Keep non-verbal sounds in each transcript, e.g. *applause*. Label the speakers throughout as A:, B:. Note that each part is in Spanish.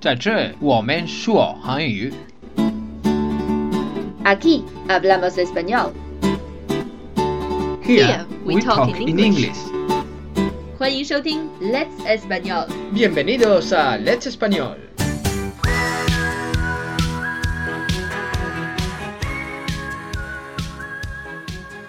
A: 在这我们说韩语。
B: Aquí hablamos español。
C: Here we talk in English。
B: 欢迎收听 Let's Español。
C: Bienvenidos a Let's Español。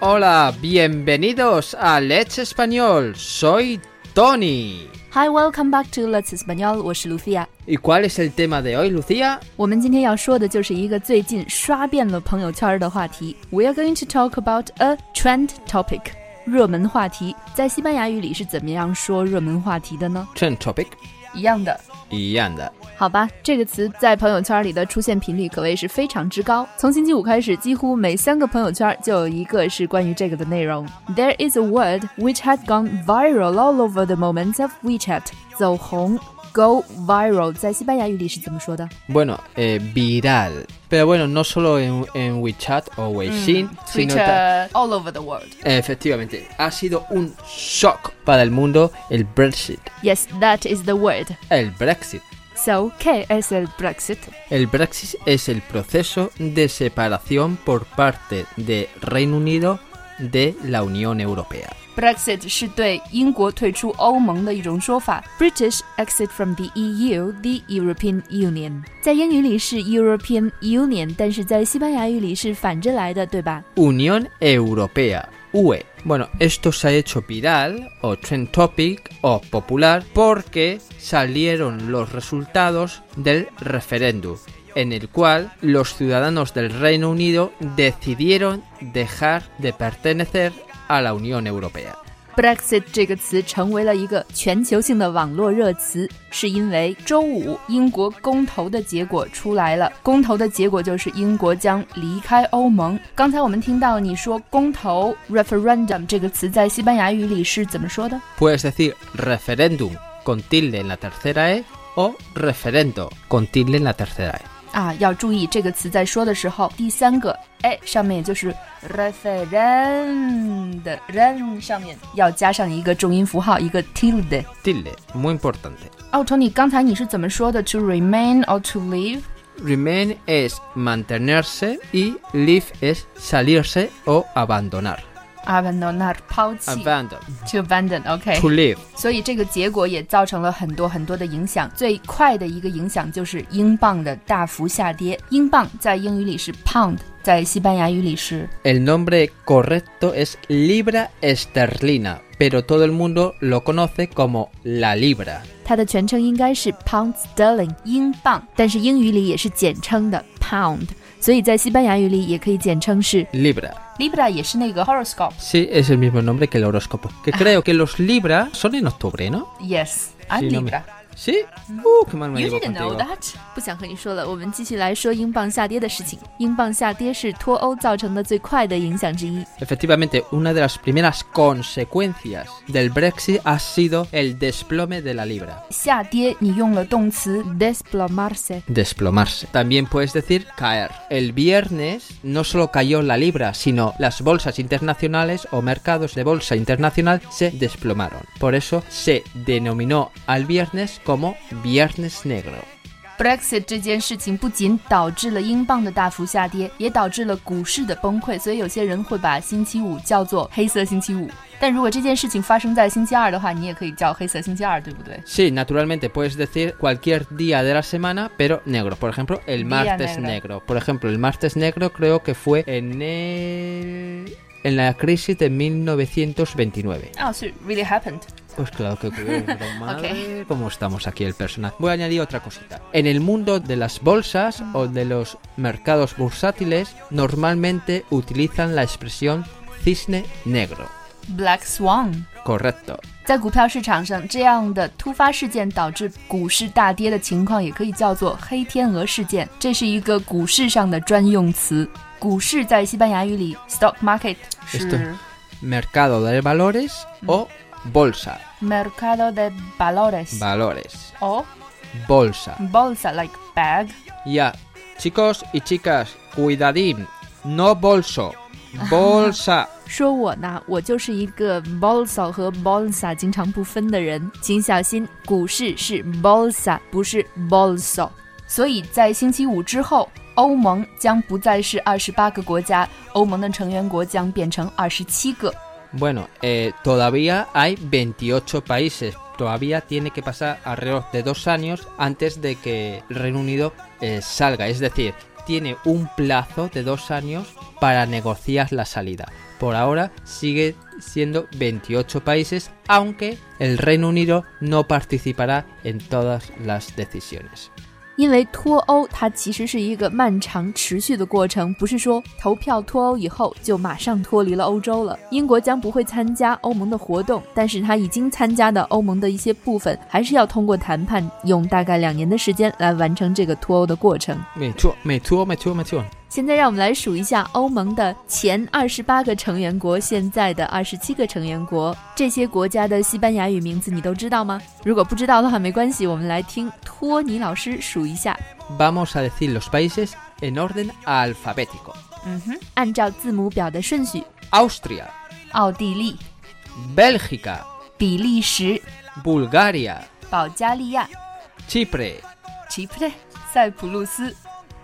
D: Hola, bienvenidos a Let's Español. Soy Tony.
E: Hi, welcome back to Let's Español。我是卢菲亚。
D: ¿Y cuál es el tema de hoy, Lucía?
E: 我们今天要说的就是一个最近刷遍了朋友圈的话题。We are going to talk about a trend topic。热门话题在西班牙语里是怎么样说热门话题的呢？
D: Trend topic
E: 一样的，
D: 一样的。
E: 好吧，这个词在朋友圈里的出现频率可谓是非常之高。从星期五开始，几乎每三个朋友圈就有一个是关于这个的内容。There is a word which has gone viral all over the moments of WeChat，走红，go viral，在西班牙语里是怎么说的？
D: Bueno, eh, viral. Pero bueno, no solo en, en WeChat o Weixin, sino ta-
E: all over the world.
D: Efectivamente, ha sido un shock para el mundo el Brexit.
E: Yes, that is the word.
D: El Brexit.
E: So, ¿qué es el Brexit?
D: El Brexit es el proceso de separación por parte de Reino Unido de la Unión Europea.
E: Brexit 是对英国退出欧盟的一种说法，British exit from the EU, the European Union，在英语里是 European Union，但是在西班牙语里是反着来的，对吧？
D: Unión Europea, UE. Bueno, esto se ha hecho viral o trend topic o popular porque salieron los resultados del referéndum en el cual los ciudadanos del Reino Unido decidieron dejar de pertenecer a la Unión Europea.
E: Brexit 这个词成为了一个全球性的网络热词，是因为周五英国公投的结果出来了。公投的结果就是英国将离开欧盟。刚才我们听到你说公投 （referendum） 这个词在西班牙语里是怎么说的？
D: Puedes decir referéndum con tilde en la tercera E o referendo con tilde en la tercera E.
E: 啊，要注意这个词在说的时候，第三个哎上面也就是 referend ren 上面要加上一个重音符号，一个 tilde。
D: Tilde, muy importante.
E: 哦，t o n y 刚才你是怎么说的？To remain or to leave？
D: Remain es mantenerse y leave es salirse o abandonar.
E: abandonar 抛弃
D: Abandon.
E: to abandon OK，
D: To leave.
E: 所以这个结果也造成了很多很多的影响。最快的一个影响就是英镑的大幅下跌。英镑在英语里是 pound，在西班牙语里是
D: El nombre correcto es libra esterlina, pero todo el mundo lo conoce como la libra.
E: 它的全称应该是 pound sterling 英镑，但是英语里也是简称的 pound，所以在西班牙语里也可以简称是
D: Libra.
E: libra，也是那个 horoscope。
D: Sí, es el mismo nombre que el horóscopo. Que creo que los libra son en octubre, ¿no?
E: Yes，I'm
D: Sí, no me- Sí. Uh, qué mal me llevo contigo.
E: that。不想和你说了，我们继续来说英镑下跌的事情。英镑下跌是脱欧造成的最快的影响之一。
D: Efectivamente, una de las primeras consecuencias del Brexit ha sido el desplome de la libra.
E: 下跌，你用了动词 desplomarse。
D: Desplomarse. También puedes decir caer. El viernes no solo cayó la libra, sino las bolsas internacionales o mercados de bolsa internacional se desplomaron. Por eso se denominó al viernes como Viernes Negro.
E: Brexit 这件事情不仅导致了英镑的大幅下跌，也导致了股市的崩溃，所以有些人会把星期五叫做黑色星期五。但如果这件事情发生在星期二的话，你也可以叫黑色星期二，对不对？
D: Sí, naturalmente puedes decir cualquier día de la semana, pero negro. Por ejemplo, el
E: Día
D: martes negro.
E: negro.
D: Por ejemplo, el martes negro creo que fue en el... en la crisis de 1929.
E: 啊，是 really happened。
D: Pues claro que ocurrió, pero madre, cómo estamos aquí el personal. Voy a añadir otra cosita. En el mundo de las bolsas o de los mercados bursátiles, normalmente utilizan la expresión cisne negro.
E: Black Swan。
D: Correcto.
E: 在股票市场上，这样的突发事件导致股市大跌的情况，也可以叫做“黑天鹅事件”，这是一个股市上的专用词。股市在西班牙语里，stock market 是
D: Mercado de valores o bolsa.
E: mercado de valores
D: Valores.
E: o
F: 哦
D: Bolsa.
E: bolsa like bag
D: Ya, chicos y chicas, cuidadín, no bolso, bolsa
F: 说我呢，我就是一个 bolsa 和 bolsa 经常不分的人，请小心，股市是 bolsa 不是 bolso。所以在星期五之后，欧盟将不再是二十八个国家，欧盟的成员国将变成二十七个。
D: Bueno, eh, todavía hay 28 países. Todavía tiene que pasar alrededor de dos años antes de que el Reino Unido eh, salga. Es decir, tiene un plazo de dos años para negociar la salida. Por ahora sigue siendo 28 países, aunque el Reino Unido no participará en todas las decisiones.
F: 因为脱欧它其实是一个漫长持续的过程，不是说投票脱欧以后就马上脱离了欧洲了。英国将不会参加欧盟的活动，但是它已经参加的欧盟的一些部分，还是要通过谈判，用大概两年的时间来完成这个脱欧的过程。
D: Me too, me too, me too, me too.
F: 现在让我们来数一下欧盟的前二十八个成员国，现在的二十七个成员国，这些国家的西班牙语名字你都知道吗？如果不知道的话，没关系，我们来听托尼老师数一下。
D: Vamos a decir los países en orden alfabético.
F: 嗯哼，按照字母表的顺序：
D: Austria,
F: 奥地利、
D: Bélgica,
F: 比利时、
D: Bulgaria,
F: 保加利亚、
D: Chipre,
F: 吉普特、塞浦路斯、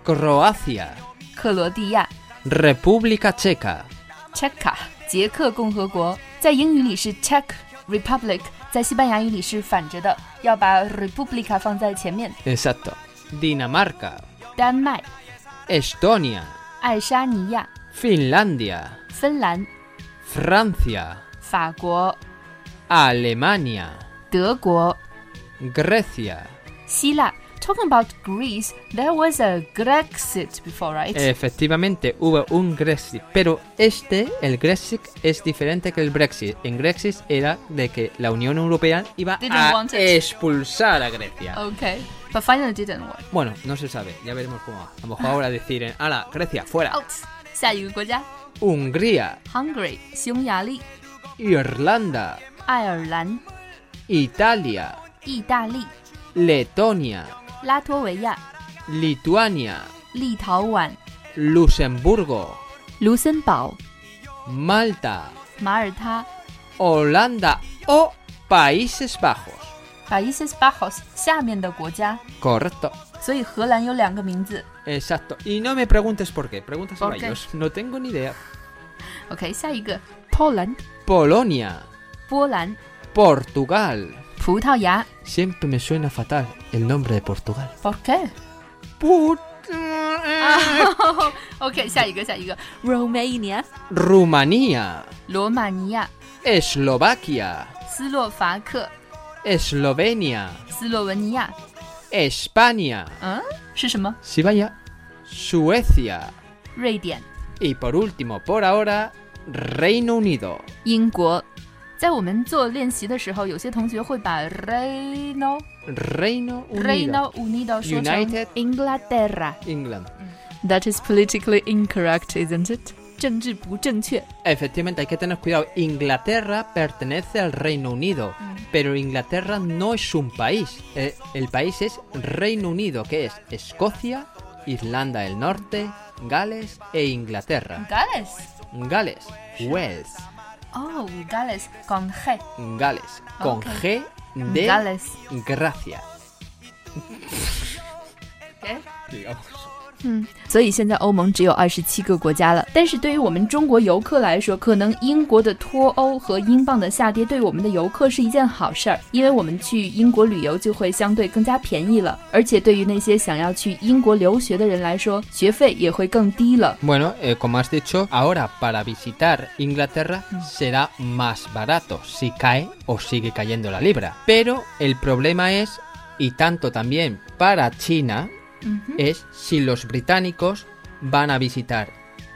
D: Croacia,
F: 克罗地亚、
D: República Checa,
F: Czech 捷克共和国，在英语里是 Czech Republic，在西班牙语里是反着的，要把 Republica 放在前面。
D: exacto, Dinamarca,
F: 丹麦、
D: Estonia,
F: 爱沙尼亚、
D: Finlandia,
F: 芬兰、
D: Francia,
F: 法国、
D: Alemania,
F: 德国、
D: Grecia.
F: 希腊。Talking about Greece, there was a Grexit before, right?
D: Eh. Efectivamente, hubo un Grexit, pero este, el Grexit, es diferente que el Brexit. En Grexit era de que la Unión Europea iba
F: Didn't
D: a
F: want it. Oh.
D: expulsar a Grecia.
F: okay, but finally didn't work.
D: Bueno, no se sabe, ya veremos cómo va. A lo mejor ahora decir, ala, Grecia, fuera.
F: Out. 下一个国家
D: Hungría,
F: Hungary 匈牙利、
D: Irlanda,
F: 爱尔兰、
D: Italia,
F: 意大利、
D: Letonia,
F: 拉脱维亚、
D: Lituania,
F: 立陶宛、
D: Luxemburgo,
F: 卢森堡、
D: Malta,
F: 马耳他、
D: Holanda o Países Bajos.
F: Países Bajos 下面的国家。
D: Correcto.
F: 所以荷兰有两个名字。
D: Exacto. Y no me preguntes por qué, preguntas a
F: ¿Por qué?
D: ellos. No tengo ni idea.
F: OK，下一个 Poland
D: Polonia,
F: 波兰、
D: Portugal.
F: 葡萄牙。
D: Siempre me suena fatal el nombre de Portugal.
F: o k
D: Put-
F: *laughs* OK，下一个，下一个 Romania
D: *laughs* Rumanía,
F: 罗马尼亚、
D: Eslovaquia,
F: 斯洛伐克、
D: Eslovenia,
F: 斯洛文尼亚，
D: España,
F: 嗯，是什么？
D: si vaya, Suecia
F: 瑞典、
D: y por último, por ahora, Reino Unido.
F: 英国。在我们做练习的时候，有些同学会把 Reino
D: Reino Unido.
F: Reino Unido 说成
D: United
F: Inglaterra。
D: England.
F: That is politically incorrect, isn't it? 政治不正确。
D: Efectivamente, hay que tener cuidado. Inglaterra pertenece al Reino Unido,
F: Mm.
D: pero Inglaterra no es un país. Eh, El país es Reino Unido, que es Escocia, Irlanda del Norte, Gales e Inglaterra.
F: Gales. Mm.
D: Gales, Wales,
F: 哦、Gales 广黑。
D: Gales, con
F: Ok.
D: G de
F: Gales.
D: Gracia.
F: ¿Qué?
D: Digamos.
F: 嗯，所以现在欧盟只有二十七个国家了。但是对于我们中国游客来说，可能英国的脱欧和英镑的下跌对我们的游客是一件好事儿，因为我们去英国旅游就会相对更加便宜了。而且对于那些想要去英国留学的人来说，学费也会更低了。
D: Bueno, eh, como has dicho, ahora para visitar Inglaterra será más barato si cae o sigue cayendo la libra. Pero el problema es, y tanto también para China,
F: 嗯哼，
D: es si los británicos van a visitar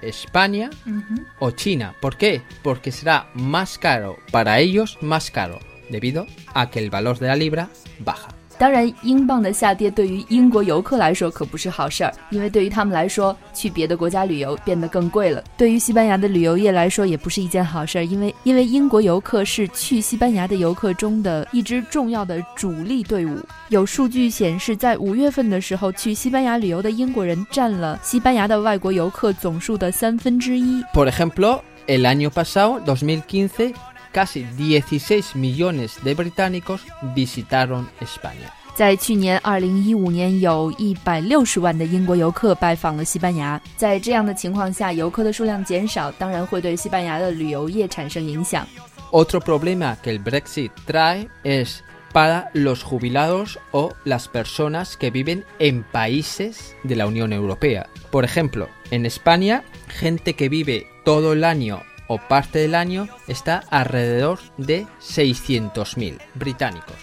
D: España
F: 嗯哼。
D: o China. ¿Por qué? Porque será más caro para ellos, más caro, debido a que el valor de la libra baja.
F: 当然，英镑的下跌对于英国游客来说可不是好事儿，因为对于他们来说，去别的国家旅游变得更贵了。对于西班牙的旅游业来说，也不是一件好事儿，因为因为英国游客是去西班牙的游客中的一支重要的主力队伍。有数据显示，在五月份的时候，去西班牙旅游的英国人占了西班牙的外国游客总数的三分之一。
D: Por ejemplo, el año pasado, 2015, casi 16 millones de británicos visitaron España.
F: 在去年二零一五年，有一百六十万的英国游客拜访了西班牙。在这样的情况下，游客的数量减少，当然会对西班牙的旅游业产生影响。
D: Otro problema que el Brexit trae es para los jubilados o las personas que viven en países de la Unión Europea. Por ejemplo, en España, gente que vive todo el año o parte del año está alrededor de 600.000 británicos.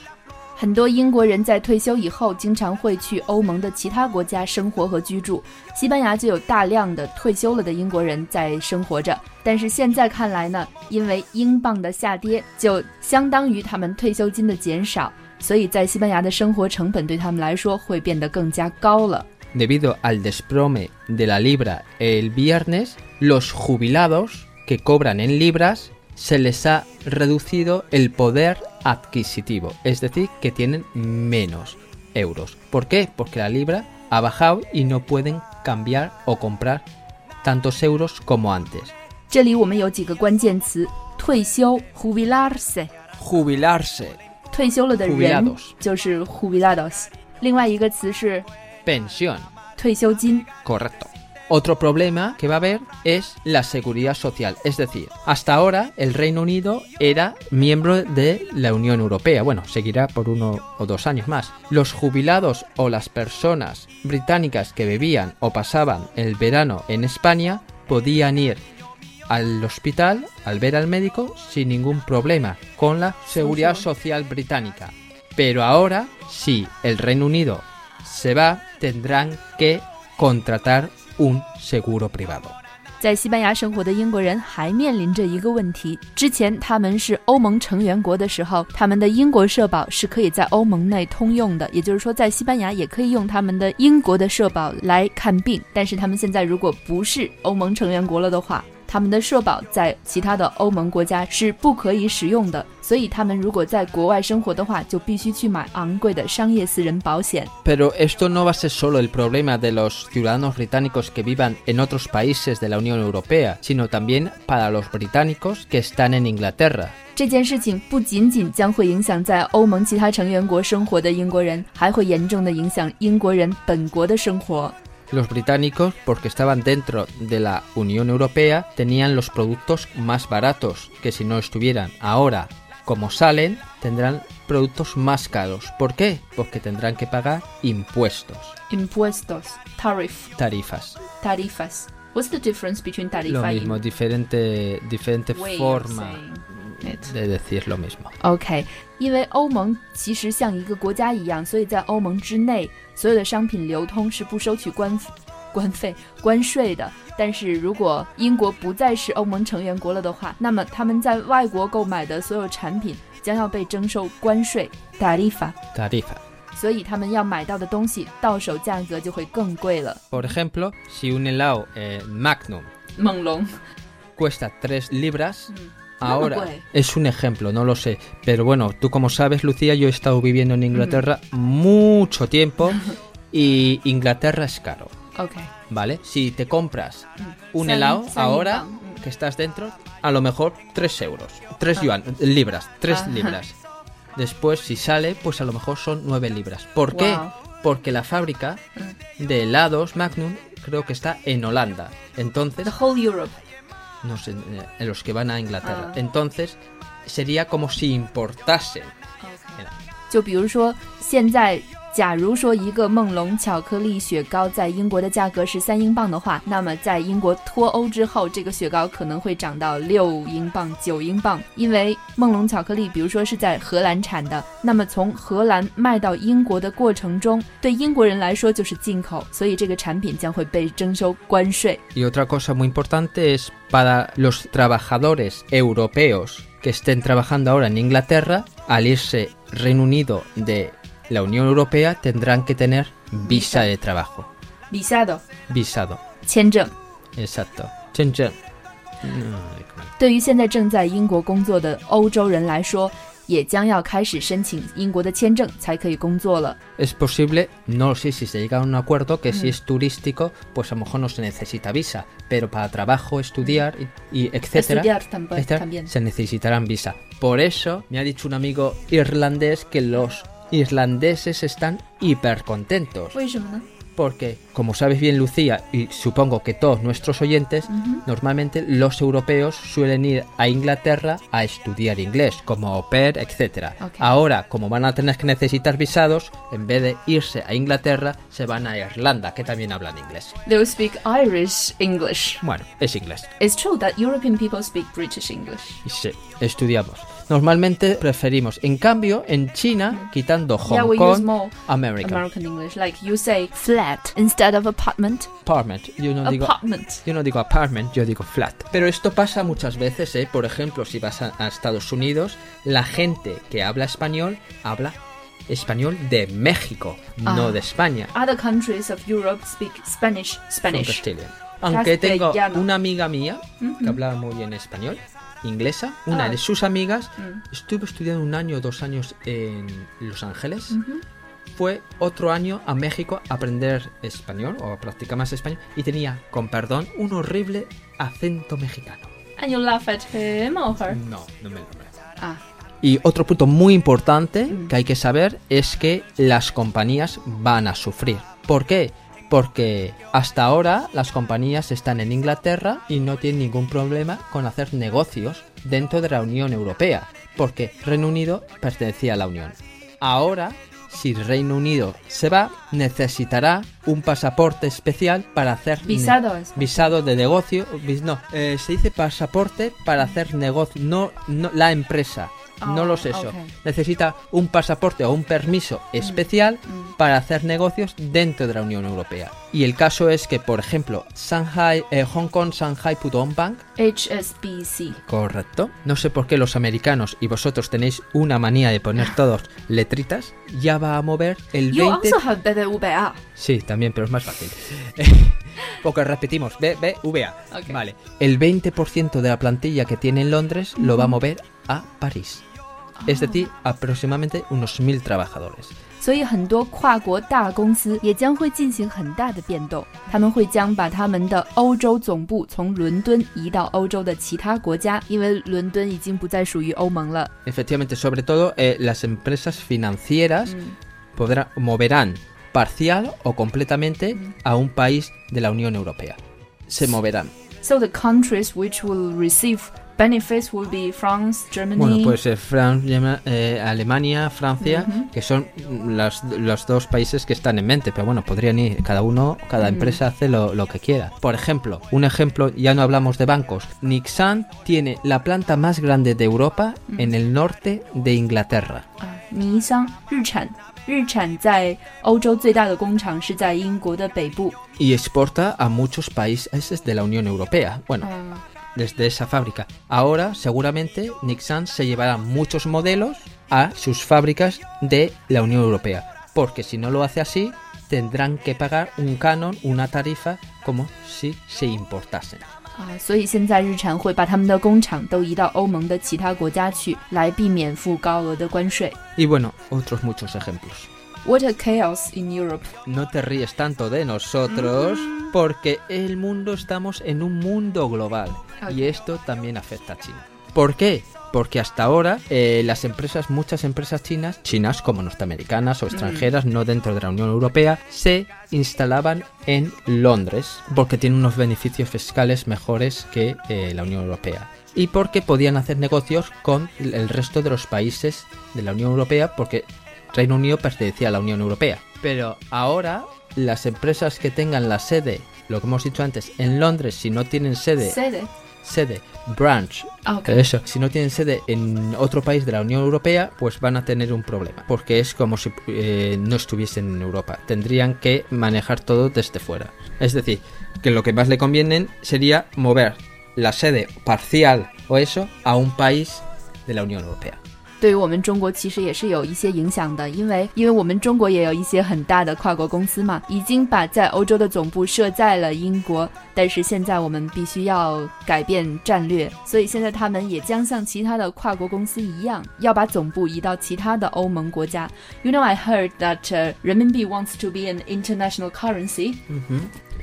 F: 很多英国人在退休以后，经常会去欧盟的其他国家生活和居住。西班牙就有大量的退休了的英国人在生活着，但是现在看来呢，因为英镑的下跌，就相当于他们退休金的减少，所以在西班牙的生活成本对他们来说会变得更加高了。
D: Debido al desplome de la libra el viernes, los jubilados que cobran en libras se les ha reducido el poder adquisitivo, es decir, que tienen menos euros. ¿Por qué? Porque la libra ha bajado y no pueden cambiar o comprar tantos euros como antes.
F: 这里我们有几个关键词：退休 （jubilarse），
D: Jubilarse,
F: 退休了的人
D: Jubilados
F: 就是 jubilados。另外一个词是
D: pensión,
F: 退休金。
D: correcto. Otro problema que va a haber es la seguridad social, es decir, hasta ahora el Reino Unido era miembro de la Unión Europea, bueno, seguirá por uno o dos años más. Los jubilados o las personas británicas que bebían o pasaban el verano en España podían ir al hospital al ver al médico sin ningún problema con la seguridad social británica. Pero ahora, si el Reino Unido se va, tendrán que contratar un seguro privado.
F: 在西班牙生活的英国人还面临着一个问题：之前他们是欧盟成员国的时候，他们的英国社保是可以在欧盟内通用的，也就是说，在西班牙也可以用他们的英国的社保来看病。但是他们现在如果不是欧盟成员国了的话，他们的社保在其他的欧盟国家是不可以使用的，所以他们如果在国外生活的话，就必须去买昂贵的商业私人保险。
D: Pero esto no va a ser solo el problema de los ciudadanos británicos que vivan en otros países de la Unión Europea, sino también para los británicos que están en Inglaterra.
F: 这件事情不仅仅将会影响在欧盟其他成员国生活的英国人，还会严重的影响英国人本国的生活。
D: Los británicos, porque estaban dentro de la Unión Europea, tenían los productos más baratos que si no estuvieran ahora. Como salen, tendrán productos más caros. ¿Por qué? Porque tendrán que pagar impuestos,
F: Impuestos, tariff,
D: tarifas.
F: tarifas. What's the difference between
D: Lo mismo, diferente, diferente forma de decir lo mismo.
F: OK，因为欧盟其实像一个国家一样，所以在欧盟之内，所有的商品流通是不收取关关费、关税的。但是如果英国不再是欧盟成员国了的话，那么他们在外国购买的所有产品将要被征收关税 （tarifa），
D: Tarifa.
F: 所以他们要买到的东西到手价格就会更贵了。
D: Por ejemplo, si un helado eh, Magnum
F: 猛龙，
D: cuesta 3 libras,
F: No me
D: ahora
F: puede.
D: es un ejemplo, no lo sé. Pero bueno, tú como sabes, Lucía, yo he estado viviendo en Inglaterra mucho tiempo y Inglaterra es caro,
F: OK，
D: ¿vale? Si te compras un
F: Sal-
D: helado
F: sal-
D: ahora
F: mm.
D: que estás dentro, a lo mejor 3 euros, 3 yuan, libras, 3
F: Ajá.
D: libras. Después, si sale, pues a lo mejor son 9 libras. ¿Por qué?
F: Wow.
D: Porque la fábrica de helados Magnum creo que está en Holanda. Entonces,
F: the whole Europe。
D: no sé, eh, los que van a Inglaterra.
F: Ah.
D: Entonces, sería como si importasen.
F: 就比如说，现在假如说一个梦龙巧克力雪糕在英国的价格是三英镑的话，那么在英国脱欧之后，这个雪糕可能会涨到六英镑、九英镑，因为梦龙巧克力，比如说是在荷兰产的，那么从荷兰卖到英国的过程中，对英国人来说就是进口，所以这个产品将会被征收关税。
D: Y otra cosa muy importante es para los trabajadores europeos que estén trabajando ahora en Inglaterra, al irse Reino Unido de la Unión Europea tendrán que tener visa de trabajo.
F: *laughs* visado，
D: Visado.
F: 签证。
D: Exacto. Chen chen. No,
F: 对于现在正在英国工作的欧洲人来说，也将要开始申请英国的签证才可以工作了。
D: Es posible, no sé si se llega a un acuerdo, que si es turístico, pues a lo mejor no se necesita visa, pero para trabajo, estudiar y, y etcétera,
F: Estudiar tampo-
D: etcétera,
F: también.
D: se necesitarán visa. Por eso me ha dicho un amigo irlandés que los irlandeses están hiper contentos,
F: 为什么呢？
D: porque como sabes bien Lucía y supongo que todos nuestros oyentes, normalmente los europeos suelen ir a Inglaterra a estudiar inglés, como au pair, etc.
F: Ok.
D: Ahora, como van a tener que necesitar visados, en vez de irse a Inglaterra, se van a Irlanda, que también hablan inglés.
F: They speak Irish English.
D: Bueno, es inglés.
F: It's true that European people speak British English.
D: Y Sí, estudiamos. Normalmente preferimos. En cambio, en China, quitando Hong
F: yeah, we use
D: Kong,
F: more
D: American.
F: American English. Like you say flat instead of apartment.
D: apartment. Yo no digo
F: Apartment.
D: Yo no digo apartment, yo digo flat. Pero esto pasa muchas veces, ¿eh? Por ejemplo, si vas a, a Estados Unidos, la gente que habla español habla español de México, no
F: Ah.
D: de España.
F: Other countries of Europe speak Spanish.
D: Son
F: Spanish.
D: castilian. Aunque tengo
F: Castellano.
D: una amiga mía que
F: Mhm.
D: hablaba muy bien español, inglesa, una
F: Ah.
D: de sus amigas,
F: Mm.
D: estuvo estudiando un año o dos años en Los Ángeles,
F: Mhm.
D: fue otro año a México a aprender español o a practicar más español y tenía, con perdón, un horrible acento mexicano.
F: And you laugh at him or her?
D: No, no me nombres.
F: Ah.
D: Y otro punto muy importante
F: Mm.
D: que hay que saber es que las compañías van a sufrir. ¿Por qué? Porque hasta ahora las compañías están en Inglaterra y no tienen ningún problema con hacer negocios dentro de la Unión Europea, porque Reino Unido pertenecía a la Unión. Ahora, si Reino Unido se va, necesitará un pasaporte especial para hacer ne-
F: Visado es.
D: visado de negocio, vis- no, eh, se dice pasaporte para hacer negocio, no, no la empresa, no
F: Ah,
D: los eso.
F: ok.
D: Necesita un pasaporte o un permiso especial
F: mm.
D: para hacer negocios dentro de la Unión Europea. Y el caso es que, por ejemplo, Shanghai, eh, Hong Kong Shanghai Pudong Bank,
F: HSBC.
D: correcto. No sé por qué los americanos y vosotros tenéis una manía de
F: *gasps*
D: poner todos letritas. Ya va a mover el
F: You
D: 20
F: also have Ah. better UBA.
D: Sí, también, pero es más
F: *laughs*
D: fácil. Porque repetimos, B, B, V, A.
F: Ok.
D: Vale. El 20% de la plantilla que tiene en Londres lo va a mover a París.
F: Ah.
D: Es decir, aproximadamente unos mil trabajadores.
F: 所以很多跨国大公司也将会进行很大的变动，他们会将把他们的欧洲总部从伦敦移到欧洲的其他国家，因为伦敦已经不再属于欧盟了。
D: Efectivamente, sobre todo eh, las empresas financieras
F: 嗯
D: podrá- moverán parcial o completamente
F: Mm.
D: a un país de la Unión Europea. Se moverán.
F: So the countries which will receive benefits will be France, Germany.
D: Bueno, pues eh, Fran- Yema- eh, Alemania, Francia,
F: Ujú.
D: que son mm, las- los dos países que están en mente, pero bueno, podrían ir, cada uno, cada
F: Mm.
D: empresa hace lo, lo que quiera. Por ejemplo, un ejemplo, ya no hablamos de bancos, Nixon tiene la planta más grande de Europa
F: Mm.
D: en el norte de Inglaterra.
F: 啊，尼桑日产，日产在欧洲最大的工厂是在英国的北部。
D: Y exporta a muchos países de la Unión Europea. Bueno,
F: 嗯、
D: desde esa fábrica. Ahora seguramente Nixon se llevará muchos modelos a sus fábricas de la Unión Europea, porque si no lo hace así, tendrán que pagar un canon, una tarifa, como si se importasen.
F: 啊，所以现在日产会把他们的工厂都移到欧盟的其他国家去，来避免付高额的关税。
D: Y bueno, otros muchos ejemplos.
F: What a chaos in Europe！
D: No te ríes tanto de nosotros, porque el mundo estamos en un mundo global. Y esto también afecta a China. ¿Por qué? Porque hasta ahora eh, las empresas, muchas empresas chinas, chinas como norteamericanas o extranjeras, no dentro de la Unión Europea, se instalaban en Londres porque tienen unos beneficios fiscales mejores que eh, la Unión Europea. Y porque podían hacer negocios con el- el resto de los países de la Unión Europea porque Reino Unido pertenecía a la Unión Europea. Pero ahora las empresas que tengan la sede, lo que hemos dicho antes, en Londres, si no tienen sede
F: Sede.
D: sede, branch,
F: Ah, OK。
D: eso. Si no tienen sede en otro país de la Unión Europea, pues van a tener un problema, porque es como si eh, no estuviesen en Europa. Tendrían que manejar todo desde fuera. Es decir, que lo que más le conviene sería mover la sede parcial o eso a un país de la Unión Europea.
F: 对于我们中国其实也是有一些影响的，因为因为我们中国也有一些很大的跨国公司嘛，已经把在欧洲的总部设在了英国，但是现在我们必须要改变战略，所以现在他们也将像其他的跨国公司一样，要把总部移到其他的欧盟国家。You know, I heard that、uh, 人民币 wants to be an international currency.
D: Mm-hmm.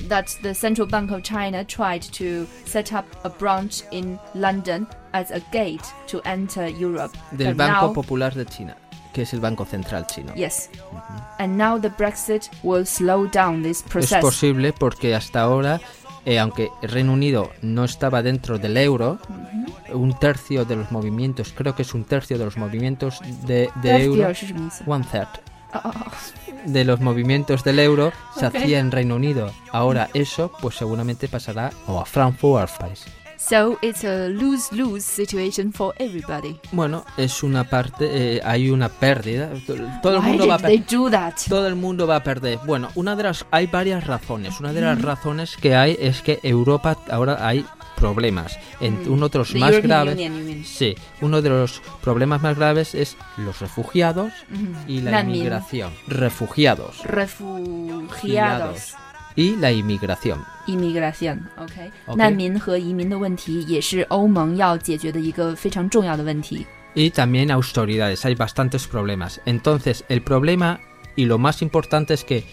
F: that the Central Bank of China tried to set up a branch in London as a gate to enter Europe.
D: Del
F: But
D: Banco
F: now-
D: Popular de China, que es el Banco Central Chino.
F: Yes.
D: Mm-hmm.
F: And now the Brexit will slow down this
D: Es
F: process.
D: posible porque hasta ahora, eh, aunque el Reino Unido no estaba dentro del euro, un tercio de los movimientos, creo que es un tercio de los movimientos de, de euro,
F: 是什么意思？
D: one third
F: Oh, oh, oh.
D: de los movimientos del euro se
F: Ok.
D: hacía en Reino Unido. Ahora eso, pues seguramente pasará o a Frankfurt o a París.
F: *laughs* So it's a lose-lose situation for everybody.
D: Bueno, es una parte, eh, hay una pérdida. To- Todo el
F: Why
D: mundo va a
F: did
D: perder.
F: they do that?
D: Todo el mundo va a perder. Bueno, una de las hay varias razones. Una de las razones que hay es que Europa ahora hay problemas. En
F: Mm.
D: uno de los
F: The
D: más
F: European
D: graves.
F: Union, you mean.
D: Sí, uno de los problemas más graves es los refugiados
F: Mhm.
D: y la
F: 难民。
D: inmigración. Refugiados
F: Refugiados.
D: y la inmigración.
F: immigration OK，,
D: OK
F: 难民和移民的问题也是欧盟要解决的一个非常重要的问题。
D: Y también autoridades, hay bastantes problemas. Entonces, el problema y lo más importante es que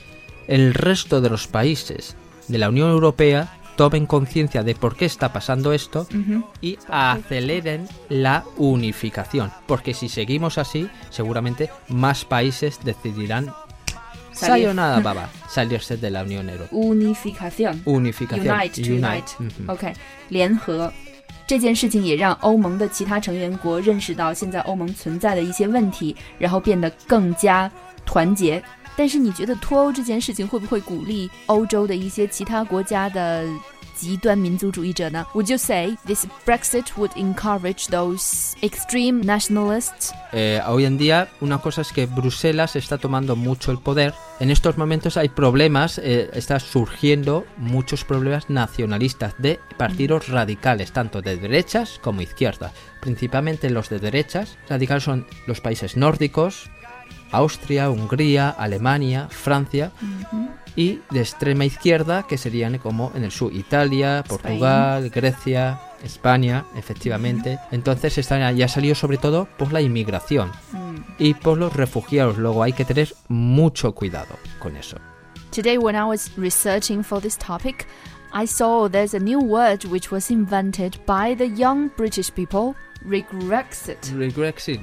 D: el resto de los países de la Unión Europea tomen conciencia de por qué está pasando esto
F: 嗯哼，
D: y aceleren la unificación. Porque si seguimos así, seguramente más países decidirán
F: Salir. *laughs*
D: sayonara, baba, salirse de la Unión Europea.
F: unification
D: Unificación.
F: Unite, to unite.
D: Ujú.
F: OK，联合这件事情也让欧盟的其他成员国认识到现在欧盟存在的一些问题，然后变得更加团结。但是你觉得脱欧这件事情会不会鼓励欧洲的一些其他国家的极端民族主义者呢？Would you say this Brexit would encourage those extreme nationalists
D: Eh, hoy en día una cosa es que Bruselas está tomando mucho el poder. En estos momentos hay problemas, eh, está surgiendo muchos problemas nacionalistas de partidos radicales, tanto de derechas como izquierdas. Principalmente los de derechas radicales son los países nórdicos, Austria, Hungría, Alemania, Francia y de extrema izquierda que serían como en el sur Italia, Portugal, Grecia, España, efectivamente. Entonces están, ya salió sobre todo por la inmigración y por los refugiados. Luego hay que tener mucho cuidado con eso.
F: Today, when I was researching for this topic, I saw there's a new word which was invented by the young British people. Regrexit，
D: Brexit.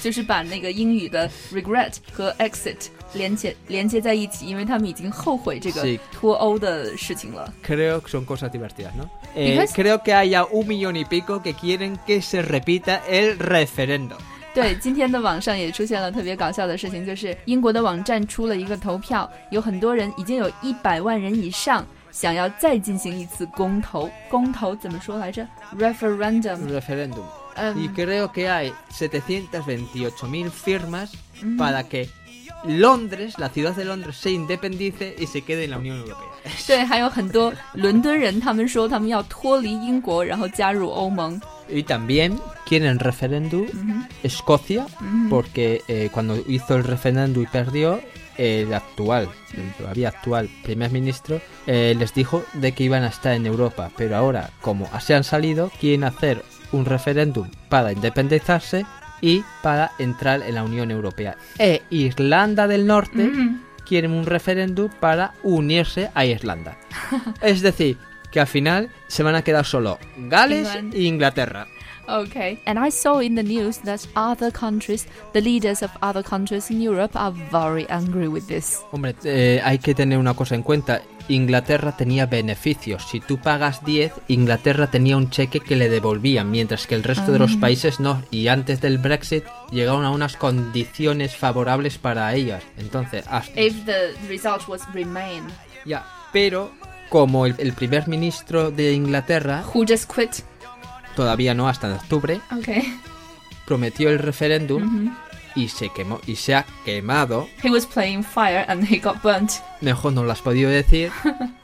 F: 就是把那个英语的 regret 和 exit 连接连接在一起，因为他们已经后悔这个
D: 是
F: 脱欧的事情了。
D: Creo que son cosas divertidas, ¿no? Eh,
F: Because-
D: creo que haya un millón y pico que quieren que se repita el referendo.
F: 对，今天的网上也出现了特别搞笑的事情，就是英国的网站出了一个投票，有很多人已经有一百万人以上想要再进行一次公投。公投怎么说来着？referendum。
D: Referéndum.
F: 嗯。
D: Y creo que hay 728.000 firmas
F: Mm.
D: para que Londres, la ciudad de Londres, se independice y se quede en la Unión Europea.
F: 对，还有很多伦敦人，他们说他们要脱离英国，然后加入欧盟。
D: Y también quieren referéndum
F: 嗯
D: Escocia,
F: 哼，嗯哼
D: porque eh, cuando hizo el referéndum y perdió, el actual, el todavía actual primer ministro, eh, les dijo de que iban a estar en Europa. Pero ahora, como se han salido, quieren hacer un referéndum para independizarse y para entrar en la Unión Europea. E Irlanda del Norte
F: 嗯
D: quieren un referéndum para unirse a Irlanda. es decir, que al final se van a quedar solo Gales
F: England.
D: e Inglaterra.
F: Okay. And I saw in the news that other countries, the leaders of other countries in Europe are very angry with this.
D: Hombre, eh, hay que tener una cosa en cuenta. Inglaterra tenía beneficios. Si tú pagas 10, Inglaterra tenía un cheque que le devolvían, mientras que el resto de los países no. Y antes del Brexit llegaron a unas condiciones favorables para ellas. Entonces, hasta...
F: If the result was remain,
D: Ya, pero como el, el primer ministro de Inglaterra,
F: who just quit?
D: todavía no hasta en octubre,
F: Okay.
D: prometió el referéndum y se quemó y se ha quemado.
F: *laughs* He was playing fire and he got burnt.
D: Mejor no lo has podido decir.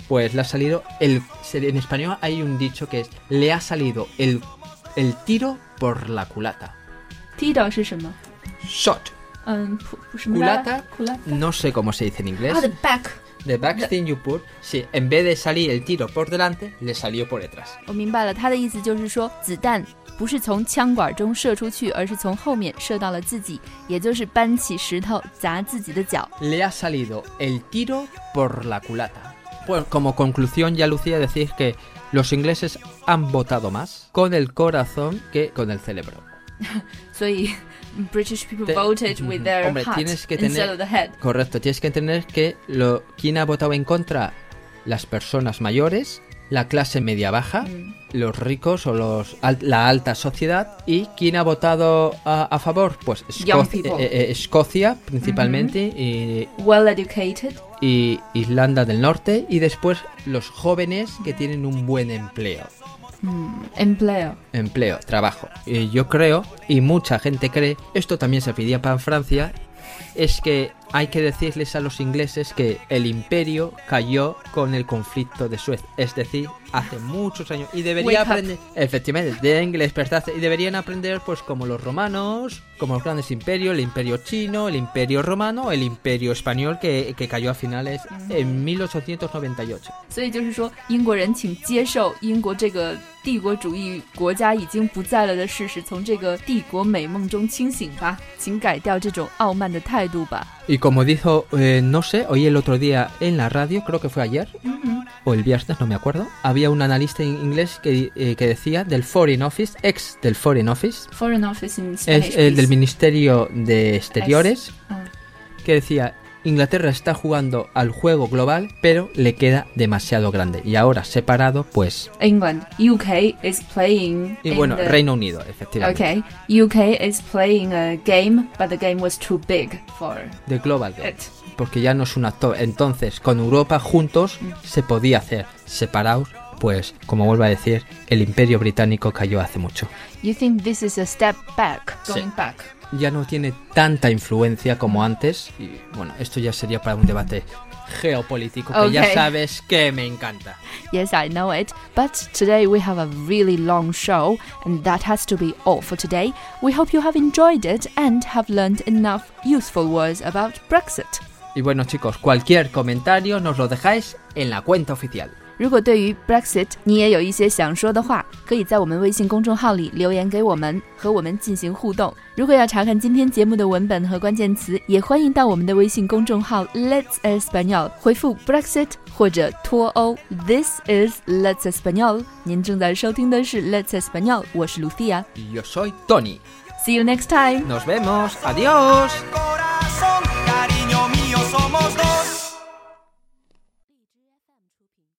D: Pues le ha salido el se- en español hay un dicho que es le ha salido el el tiro por la culata.
F: Tido 是什么？
D: Shot.
F: 嗯，普什么来
D: Culata
F: 苦拉。
D: No sé cómo se dice en inglés.
F: Ah, the back。
D: The back thing you put. Sí, en vez de salir el tiro por delante, le salió por detrás.
F: 我明白了，他的意思就是说，子弹不是从枪管中射出去，而是从后面射到了自己，也就是搬起石头砸自己的脚。
D: Le ha salido el tiro por la culata. Bueno, como conclusión ya Lucía decís que los ingleses han votado más con el corazón que con el cerebro.
F: 所以 *laughs* British people
D: 对
F: voted with their
D: 嗯，hombre,
F: heart
D: tienes que
F: instead
D: tener-
F: of the head。
D: Correcto, tienes que entender que lo, quien ha votado en contra, las personas mayores, la clase media baja,
F: 嗯
D: los ricos o los al- la alta sociedad y quién ha votado a, a favor pues
F: Young
D: Escocia,
F: people.
D: eh, eh, Escocia principalmente y-
F: ，well educated。
D: y, Irlanda del Norte y después los jóvenes que tienen un buen empleo
F: 嗯，employer。
D: empleo trabajo Y yo creo y mucha gente cree esto también se pedía para Francia es que hay que decirles a los ingleses que el imperio cayó con el conflicto de Suez, es decir, hace muchos años y debería
F: Wake up.
D: aprender efectivamente de inglés despertarse y deberían aprender pues como los romanos, como los grandes imperios, el imperio chino, el imperio romano, el imperio español que, que cayó a finales en 1898.
F: 所以就是说，英国人请接受英国这个帝国主义国家已经不在了的事实，从这个帝国美梦中清醒吧，请改掉这种傲慢的态度吧。
D: Y como dijo, eh, no sé, oí el otro día en la radio, creo que fue ayer,
F: Mm-hmm.
D: o el viernes, no me acuerdo, había un analista en inglés que, eh, que decía del Foreign Office, ex del Foreign Office,
F: Foreign office in Spanish,
D: es el del
F: please.
D: Ministerio de Exteriores,
F: Ah.
D: que decía, Inglaterra está jugando al juego global, pero le queda demasiado grande. Y ahora separado, pues...
F: England, UK is playing.
D: Y
F: in
D: bueno,
F: the-
D: Reino Unido, efectivamente.
F: Okay, UK is playing a game, but the game was too big for
D: De Global Game.
F: it.
D: Porque ya no es un actor. Entonces, con Europa juntos
F: Mm.
D: se podía hacer. Separados, pues, como vuelvo a decir, el imperio británico cayó hace mucho.
F: You think this is a step back,
D: Sí.
F: going back?
D: Ya no tiene tanta influencia como antes. Y bueno, esto ya sería para un debate geopolítico que
F: Ok.
D: ya sabes que me encanta.
F: Yes, I know it. But today we have a really long show, and that has to be all for today. We hope you have enjoyed it and have learned enough useful words about Brexit.
D: Y bueno, chicos, cualquier comentario nos lo dejáis en la cuenta oficial.
F: 如果对于 Brexit 你也有一些想说的话，可以在我们微信公众号里留言给我们，和我们进行互动。如果要查看今天节目的文本和关键词，也欢迎到我们的微信公众号 Let's Espanol 回复 Brexit 或者脱欧。This is Let's Espanol。您正在收听的是 Let's Espanol，我是 Lucia。
D: Y yo soy Tony.
F: See you next time.
D: Nos vemos. Adiós.